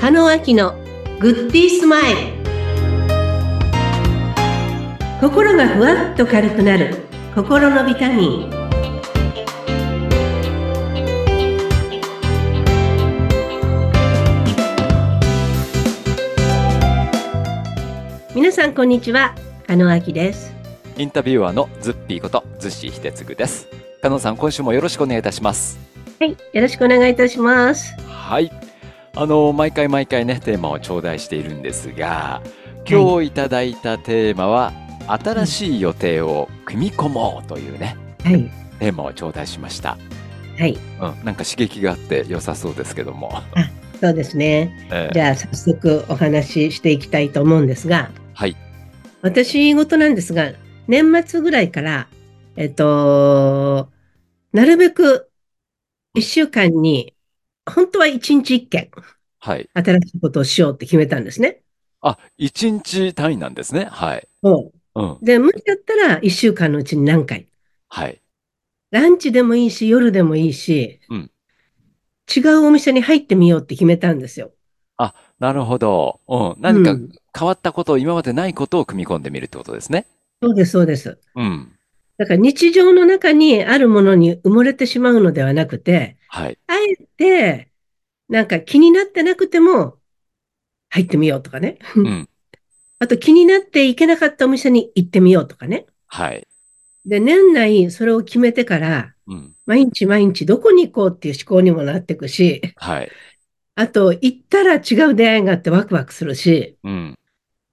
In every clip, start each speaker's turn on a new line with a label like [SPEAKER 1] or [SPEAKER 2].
[SPEAKER 1] 中野明のグッディスマイル心がふわっと軽くなる心のビタミン皆さんこんにちは加野明です
[SPEAKER 2] インタビュアーのズッピーことズッシー秀次です。加納さん、今週もよろしくお願いいたします。
[SPEAKER 1] はいよろしくお願いいたします
[SPEAKER 2] はい。あの、毎回毎回ね、テーマを頂戴しているんですが、今日いただいたテーマは、新しい予定を組み込もうというね、
[SPEAKER 1] はい
[SPEAKER 2] テーマを頂戴しました。
[SPEAKER 1] はい
[SPEAKER 2] うん、なんか刺激があって良さそうですけども。
[SPEAKER 1] そうですね
[SPEAKER 2] え
[SPEAKER 1] じゃあ早速お話ししていきたいと思うんですが
[SPEAKER 2] はい。
[SPEAKER 1] 私事なんですが、年末ぐらいから、えっと、なるべく一週間に、本当は一日一件、
[SPEAKER 2] はい。
[SPEAKER 1] 新しいことをしようって決めたんですね。
[SPEAKER 2] あ、1日単位なんですね。はい。うん。
[SPEAKER 1] で、無理だったら一週間のうちに何回。
[SPEAKER 2] はい。
[SPEAKER 1] ランチでもいいし、夜でもいいし、
[SPEAKER 2] うん
[SPEAKER 1] 違うお店に入ってみようって決めたんですよ。
[SPEAKER 2] なるほど。うん。何
[SPEAKER 1] う
[SPEAKER 2] か
[SPEAKER 1] ん
[SPEAKER 2] 変わったこと、今までないことを組み込んでみるってことですね。
[SPEAKER 1] そうです、そうです。
[SPEAKER 2] うん。
[SPEAKER 1] だから日常の中にあるものに埋もれてしまうのではなくて、
[SPEAKER 2] はい。
[SPEAKER 1] あえて、なんか気になってなくても、入ってみようとかね。
[SPEAKER 2] うん。
[SPEAKER 1] あと気になって行けなかったお店に行ってみようとかね。
[SPEAKER 2] はい。
[SPEAKER 1] で、年内それを決めてから、
[SPEAKER 2] うん。
[SPEAKER 1] 毎日毎日どこに行こうっていう思考にもなっていくし、
[SPEAKER 2] はい。
[SPEAKER 1] あと行ったら違う出会いがあってワクワクするし、
[SPEAKER 2] うん。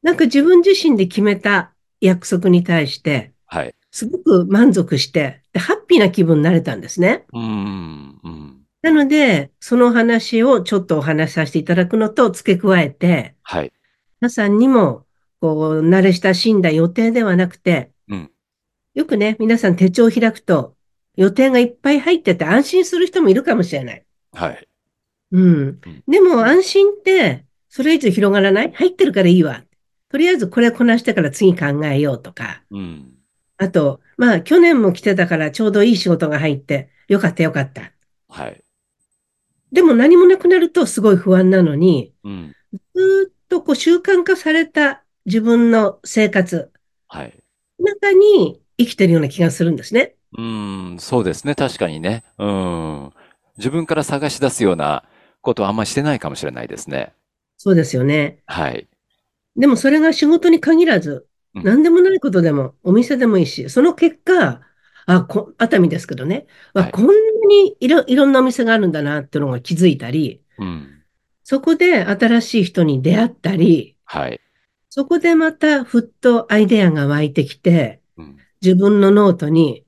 [SPEAKER 1] なんか自分自身で決めた約束に対して、
[SPEAKER 2] はい。
[SPEAKER 1] すごく満足して、で、ハッピーな気分になれたんですね。
[SPEAKER 2] うん。うん。
[SPEAKER 1] なので、そのお話をちょっとお話しさせていただくのと付け加えて、
[SPEAKER 2] はい。
[SPEAKER 1] 皆さんにも、こう、慣れ親しんだ予定ではなくて、
[SPEAKER 2] うん
[SPEAKER 1] よくね、皆さん手帳を開くと、予定がいっぱい入ってて安心する人もいるかもしれない。
[SPEAKER 2] はい。
[SPEAKER 1] うん。でも安心って、それ以上広がらない入ってるからいいわ。とりあえずこれこなしてから次考えようとか。
[SPEAKER 2] うん。
[SPEAKER 1] あと、まあ、去年も来てたからちょうどいい仕事が入って、よかったよかった。
[SPEAKER 2] はい。
[SPEAKER 1] でも何もなくなるとすごい不安なのに、
[SPEAKER 2] うん。
[SPEAKER 1] ずーっとこう習慣化された自分の生活、
[SPEAKER 2] はい。
[SPEAKER 1] 中に生きてるような気がするんですね。
[SPEAKER 2] うん。そうですね。確かにね。うん。自分から探し出すようなことはあんまりしてないかもしれないですね。
[SPEAKER 1] そうですよね。
[SPEAKER 2] はい。
[SPEAKER 1] でもそれが仕事に限らず、
[SPEAKER 2] うん
[SPEAKER 1] 何でもないことでも、お店でもいいし、その結果、あ、こ、熱海ですけどね、わ
[SPEAKER 2] はい
[SPEAKER 1] こんなにいろ、いろんなお店があるんだなっていうのが気づいたり、
[SPEAKER 2] うん。
[SPEAKER 1] そこで新しい人に出会ったり、
[SPEAKER 2] はい。
[SPEAKER 1] そこでまたふっとアイデアが湧いてきて、
[SPEAKER 2] うん。
[SPEAKER 1] 自分のノートに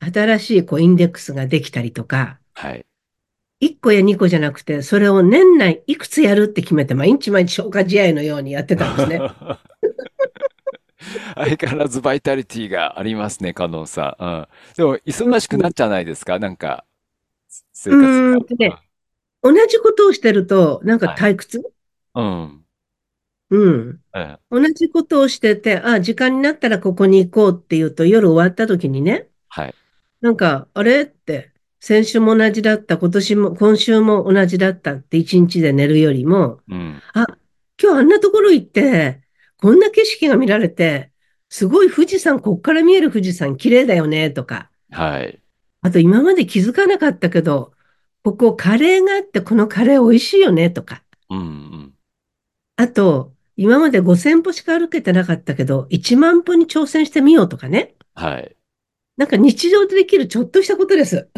[SPEAKER 1] 新しいこうインデックスができたりとか、
[SPEAKER 2] はい。
[SPEAKER 1] 一個や二個じゃなくて、それを年内いくつやるって決めて、毎日毎日消化試合のようにやってたん ですね。
[SPEAKER 2] 相変わらずバイタリティがありますね、加納さん。うん。でも、忙しくなっちゃないですかなんか、生活が。
[SPEAKER 1] うーんとね同じことをしてると、なんか退屈、
[SPEAKER 2] うん。
[SPEAKER 1] うん。
[SPEAKER 2] うん。
[SPEAKER 1] 同じことをしてて、あ、時間になったらここに行こうっていうと、夜終わった時にね、
[SPEAKER 2] はい。
[SPEAKER 1] なんか、あれって、先週も同じだった、今年も、今週も同じだったって一日で寝るよりも、
[SPEAKER 2] うん。
[SPEAKER 1] 今日あんなところ行って、こんな景色が見られて、すごい富士山、こっから見える富士山綺麗だよね、とか。
[SPEAKER 2] はい。
[SPEAKER 1] あと今まで気づかなかったけど、ここカレーがあってこのカレー美味しいよねとか。
[SPEAKER 2] うんうん。
[SPEAKER 1] あと、今まで5000歩しか歩けてなかったけど、1万歩に挑戦してみようとかね。
[SPEAKER 2] はい。
[SPEAKER 1] なんか日常でできるちょっとしたことです。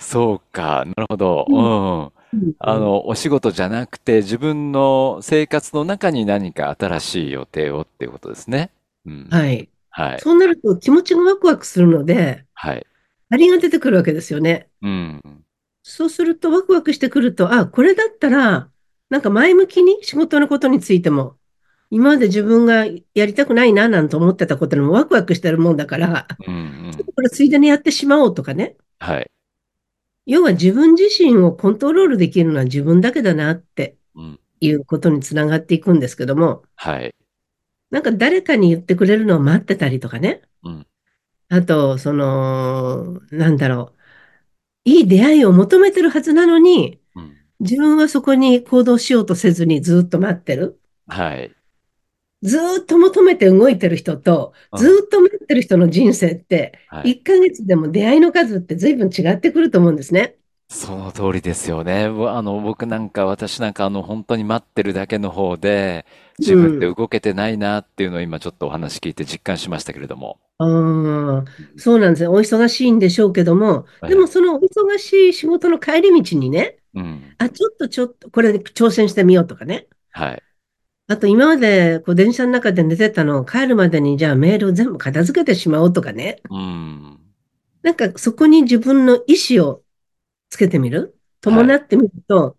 [SPEAKER 2] そうか。なるほど。うん。あの、お仕事じゃなくて、自分の生活の中に何か新しい予定をっていうことですね。うん。
[SPEAKER 1] はい。
[SPEAKER 2] はい。
[SPEAKER 1] そうなると気持ちがワクワクするので、
[SPEAKER 2] はい。
[SPEAKER 1] ありが出てくるわけですよね。
[SPEAKER 2] うん。
[SPEAKER 1] そうするとワクワクしてくると、あ、これだったら、なんか前向きに仕事のことについても、今まで自分がやりたくないななんて思ってたことにもワクワクしてるもんだから、
[SPEAKER 2] うんうん。
[SPEAKER 1] これついでにやってしまおうとかね。
[SPEAKER 2] はい。
[SPEAKER 1] 要は自分自身をコントロールできるのは自分だけだなって
[SPEAKER 2] うん。
[SPEAKER 1] いうことにつながっていくんですけども、
[SPEAKER 2] はい。
[SPEAKER 1] なんか誰かに言ってくれるのを待ってたりとかね
[SPEAKER 2] うん。
[SPEAKER 1] あと、その、なんだろう。いい出会いを求めてるはずなのに、
[SPEAKER 2] うん
[SPEAKER 1] 自分はそこに行動しようとせずにずっと待ってる。
[SPEAKER 2] はい。
[SPEAKER 1] ずーっと求めて動いてる人と、
[SPEAKER 2] うん
[SPEAKER 1] ずーっと待ってる人の人生って、
[SPEAKER 2] はい。
[SPEAKER 1] 1ヶ月でも出会いの数って随分違ってくると思うんですね。
[SPEAKER 2] その通りですよね。ぼあの、僕なんか、私なんか、あの、本当に待ってるだけの方で、自分って動けてないなっていうのを今ちょっとお話聞いて実感しましたけれども。
[SPEAKER 1] ああ、そうなんですね。お忙しいんでしょうけども、
[SPEAKER 2] はい
[SPEAKER 1] でもそのお忙しい仕事の帰り道にね、
[SPEAKER 2] うん。
[SPEAKER 1] あ、ちょっとちょっと、これ挑戦してみようとかね。
[SPEAKER 2] はい。
[SPEAKER 1] あと今までこう電車の中で寝てたのを帰るまでにじゃあメールを全部片付けてしまおうとかね。
[SPEAKER 2] うん。
[SPEAKER 1] なんかそこに自分の意思をつけてみる伴ってみると、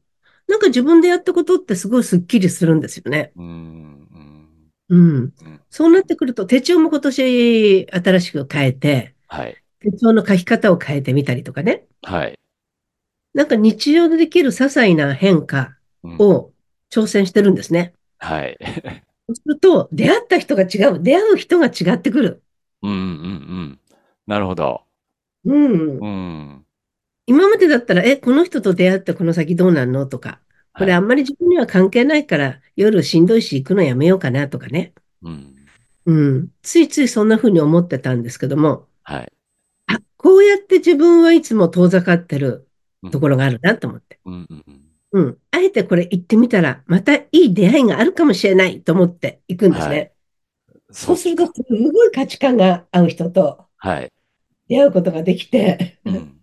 [SPEAKER 1] なんか自分でやったことってすごいスッキリするんですよね。
[SPEAKER 2] うん。うん。
[SPEAKER 1] うん
[SPEAKER 2] うん。
[SPEAKER 1] そうなってくると手帳も今年新しく変えて、
[SPEAKER 2] はい。
[SPEAKER 1] 手帳の書き方を変えてみたりとかね。
[SPEAKER 2] はい。
[SPEAKER 1] なんか日常でできる些細な変化
[SPEAKER 2] うん。
[SPEAKER 1] を挑戦してるんですね。
[SPEAKER 2] はい。
[SPEAKER 1] そうすると、出会った人が違う。出会う人が違ってくる。
[SPEAKER 2] うんうんうん。なるほど。
[SPEAKER 1] うん。
[SPEAKER 2] うん。
[SPEAKER 1] 今までだったら、え、この人と出会ってこの先どうなんのとか、これ
[SPEAKER 2] は
[SPEAKER 1] あ
[SPEAKER 2] い。
[SPEAKER 1] んまり自分には関係ないから、夜しんどいし行くのやめようかなとかね。
[SPEAKER 2] うん。
[SPEAKER 1] うん。ついついそんな風に思ってたんですけども、
[SPEAKER 2] はい。
[SPEAKER 1] あ、こうやって自分はいつも遠ざかってるところがあるなと思って。
[SPEAKER 2] うんうんうん。
[SPEAKER 1] うん。あえてこれ行ってみたら、またいい出会いがあるかもしれないと思って行くんです
[SPEAKER 2] は
[SPEAKER 1] ね。
[SPEAKER 2] そ
[SPEAKER 1] そう
[SPEAKER 2] う
[SPEAKER 1] すると、すごい価値観が合う人と
[SPEAKER 2] はい。
[SPEAKER 1] 出会うことができて、
[SPEAKER 2] うん。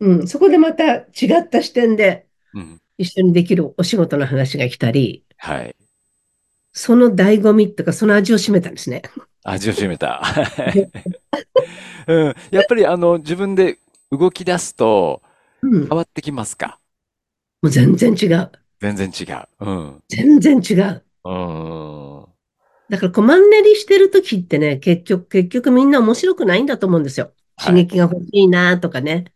[SPEAKER 1] うん、そこでまた違った視点で
[SPEAKER 2] うん。
[SPEAKER 1] 一緒にできるお仕事の話が来たり、
[SPEAKER 2] はい。
[SPEAKER 1] その醍醐味とか、その味を占めたんですね。
[SPEAKER 2] 味を占めた。 うん。やっぱりあの、自分で動き出すと
[SPEAKER 1] うん、
[SPEAKER 2] 変
[SPEAKER 1] も
[SPEAKER 2] わってきますか
[SPEAKER 1] う全然違う。
[SPEAKER 2] 全然違う。うん。
[SPEAKER 1] 全然違う。
[SPEAKER 2] うん。
[SPEAKER 1] だから、こうマンネリしてる時ってね、結局、結局みんな面白くないんだと思うんですよ。
[SPEAKER 2] はい
[SPEAKER 1] 刺激が欲しいなとかね。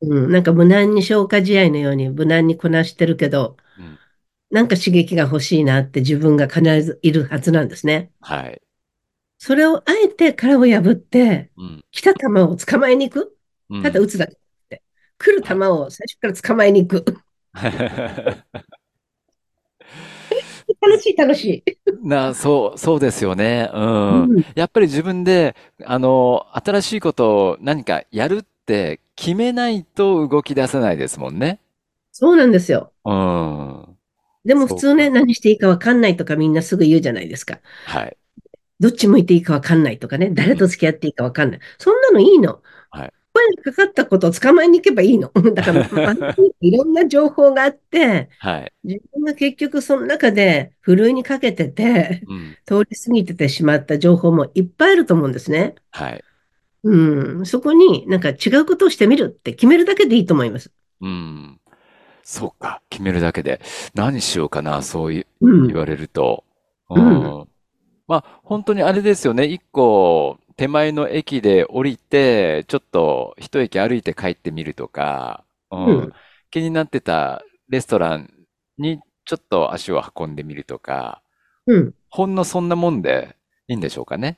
[SPEAKER 2] うん。
[SPEAKER 1] うん、なんか無難に消化試合のように無難にこなしてるけど、
[SPEAKER 2] うん
[SPEAKER 1] なんか刺激が欲しいなって自分が必ずいるはずなんですね。
[SPEAKER 2] はい。
[SPEAKER 1] それをあえて殻を破って、
[SPEAKER 2] うん。
[SPEAKER 1] 来た球を捕まえに行く。
[SPEAKER 2] うん
[SPEAKER 1] ただ打つだけじゃなくて。来る球を最初から捕まえに行く。 楽しい楽しい。
[SPEAKER 2] な、そう、そうですよね。
[SPEAKER 1] う
[SPEAKER 2] うん。
[SPEAKER 1] ん、
[SPEAKER 2] やっぱり自分で、あの、新しいことを何かやるって決めないと動き出せないですもんね。
[SPEAKER 1] そうなんですよ。
[SPEAKER 2] うん。は
[SPEAKER 1] でも普通ね、何していいかわかんないとかみんなすぐ言うじゃないですか。
[SPEAKER 2] い。
[SPEAKER 1] どっち向いていいかわかんないとかね、誰と付き合っていいかわかんない。そんなのいいの。
[SPEAKER 2] はい
[SPEAKER 1] 声にかかったことを捕まえに行けばいいの。 だから、まあいろんな情報があって、
[SPEAKER 2] はい。
[SPEAKER 1] 自分が結局その中でふるいにかけてて、
[SPEAKER 2] うん。
[SPEAKER 1] 通り過ぎててしまった情報もいっぱいあると思うんですね。
[SPEAKER 2] はい。
[SPEAKER 1] うん。そこになんか違うことをしてみるって決めるだけでいいと思います。
[SPEAKER 2] うん。そうか。決めるだけで。何しようかな、そういう
[SPEAKER 1] うん。
[SPEAKER 2] 言われると。
[SPEAKER 1] う
[SPEAKER 2] う。
[SPEAKER 1] ん
[SPEAKER 2] まあ、本当にあれですよね。一個、手前の駅で降りて、ちょっと一駅歩いて帰ってみるとか、うん
[SPEAKER 1] うん
[SPEAKER 2] 気になってたレストランにちょっと足を運んでみるとか、
[SPEAKER 1] うん。
[SPEAKER 2] ほんのそんなもんでいいんでしょうかね。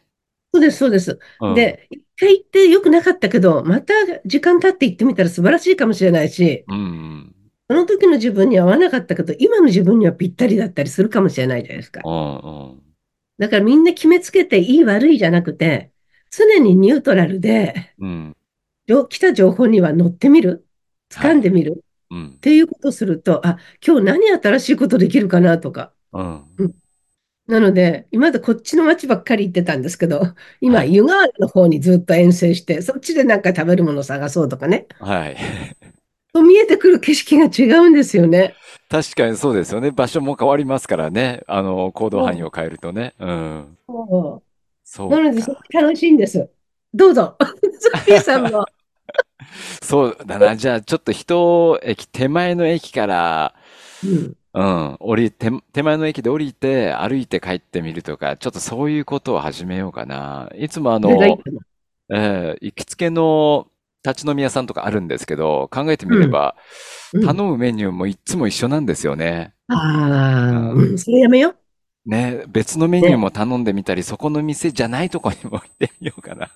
[SPEAKER 1] そうです、そうです。
[SPEAKER 2] うん、
[SPEAKER 1] で、一回行って良くなかったけど、また時間経って行ってみたら素晴らしいかもしれないし、
[SPEAKER 2] うんうん、
[SPEAKER 1] その時の自分には合わなかったけど、今の自分にはぴったりだったりするかもしれないじゃないですか
[SPEAKER 2] う。ん、うん。
[SPEAKER 1] だからみんな決めつけていい悪いじゃなくて、常にニュートラルで、
[SPEAKER 2] うん、
[SPEAKER 1] 情来た情報には乗ってみる、
[SPEAKER 2] はい
[SPEAKER 1] 掴んでみる
[SPEAKER 2] うん
[SPEAKER 1] っ、ていうことをすると、あ、今日何新しいことできるかなとか。
[SPEAKER 2] うん。
[SPEAKER 1] なので、今までこっちの街ばっかり行ってたんですけど、
[SPEAKER 2] は
[SPEAKER 1] 今、
[SPEAKER 2] い
[SPEAKER 1] 湯河原の方にずっと遠征して、そっちでなんか食べるもの探そうとかね。
[SPEAKER 2] はい。
[SPEAKER 1] と見えてくる景色が違うんですよね。
[SPEAKER 2] 確かにそうですよね。場所も変わりますからね。あの、行動範囲を変えるとね。うん。
[SPEAKER 1] そ
[SPEAKER 2] そうう
[SPEAKER 1] なので、
[SPEAKER 2] か。
[SPEAKER 1] そこ楽しいんです。どうぞ。 ソフィーさん も。
[SPEAKER 2] そうだな。じゃあ、ちょっと一駅手前の駅から、
[SPEAKER 1] うん、
[SPEAKER 2] うん、降り、手、手前の駅で降りて、歩いて帰ってみるとか、ちょっとそういうことを始めようかな。いつもあ
[SPEAKER 1] それがいい
[SPEAKER 2] の、
[SPEAKER 1] かな
[SPEAKER 2] えー行きつけの立ち飲み屋さんとかあるんですけど、考えてみれば、
[SPEAKER 1] うん
[SPEAKER 2] 頼むメニューもいつも一緒なんですよね。
[SPEAKER 1] ああ、
[SPEAKER 2] う
[SPEAKER 1] うん、それやめよう。
[SPEAKER 2] ね、別のメニューも頼んでみたり、そこの店じゃないとこにも行ってみようかな。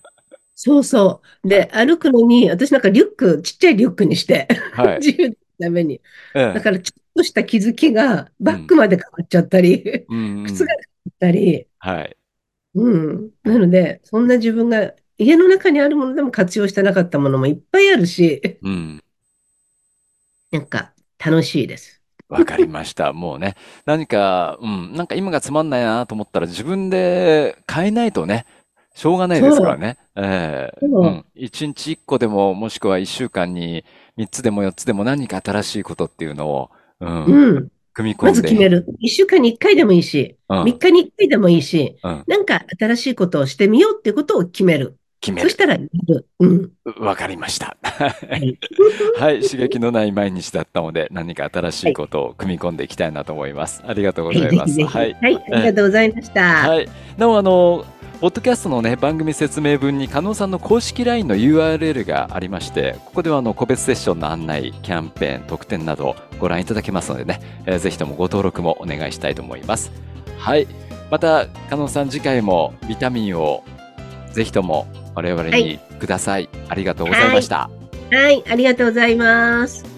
[SPEAKER 1] そうそう。で、歩くのに、私なんかリュック、ちっちゃいリュックにして、
[SPEAKER 2] はい。
[SPEAKER 1] 自由のために。だ
[SPEAKER 2] ええ。
[SPEAKER 1] から、ちょっとした気づきが、
[SPEAKER 2] う
[SPEAKER 1] バッグ
[SPEAKER 2] ん。
[SPEAKER 1] まで変わっちゃったり、
[SPEAKER 2] うんう
[SPEAKER 1] 靴が変
[SPEAKER 2] ん。
[SPEAKER 1] わったり、
[SPEAKER 2] はい。
[SPEAKER 1] うん。なので、そんな自分が、家の中にあるものでも活用してなかったものもいっぱいあるし、
[SPEAKER 2] うん。
[SPEAKER 1] なんか、楽しいです。
[SPEAKER 2] わかりました。 もうね、何か、うん、なんか今がつまんないなと思ったら自分で変えないとね、しょうがないですか
[SPEAKER 1] そ
[SPEAKER 2] ら
[SPEAKER 1] う。
[SPEAKER 2] ね。ええ、う
[SPEAKER 1] そ
[SPEAKER 2] ん。一日一個でも、もしくは一週間に三つでも四つでも何か新しいことっていうのを、うん、
[SPEAKER 1] う。うん。
[SPEAKER 2] 組み込
[SPEAKER 1] ま
[SPEAKER 2] ん
[SPEAKER 1] ず決め
[SPEAKER 2] で、
[SPEAKER 1] る。1週間に1回でもいいし、
[SPEAKER 2] うん、
[SPEAKER 1] 3日に1回でもいいし、
[SPEAKER 2] うん、
[SPEAKER 1] なんか新しいことをしてみようっていうことを決める。
[SPEAKER 2] 決め
[SPEAKER 1] そし
[SPEAKER 2] る。
[SPEAKER 1] たらやる。うん。
[SPEAKER 2] わかりました。
[SPEAKER 1] はい。
[SPEAKER 2] はい、刺激のない毎日だったので、何か新し
[SPEAKER 1] はいい。
[SPEAKER 2] ことを組み込んでいきたいなと思います。ありが とうご
[SPEAKER 1] は
[SPEAKER 2] ざ
[SPEAKER 1] い。
[SPEAKER 2] い
[SPEAKER 1] ぜ
[SPEAKER 2] ま
[SPEAKER 1] ひ
[SPEAKER 2] す。
[SPEAKER 1] ぜ
[SPEAKER 2] は
[SPEAKER 1] ひ。は
[SPEAKER 2] い。
[SPEAKER 1] い。あり
[SPEAKER 2] え
[SPEAKER 1] がとうございました。
[SPEAKER 2] はい。なお、あの、ポッドキャストのね、番組説明文に、加納さんの公式 LINE の URL がありまして、ここでは、あの、個別セッションの案内、キャンペーン、特典など、ご覧いただけますのでね、えーぜひともご登録もお願いしたいと思います。はい。また、加納さん、次回もビタミンを、ぜひとも我々
[SPEAKER 1] はい。
[SPEAKER 2] にください。ありがとうござい
[SPEAKER 1] は
[SPEAKER 2] まし
[SPEAKER 1] い。
[SPEAKER 2] た。
[SPEAKER 1] はい。ありがとうございます。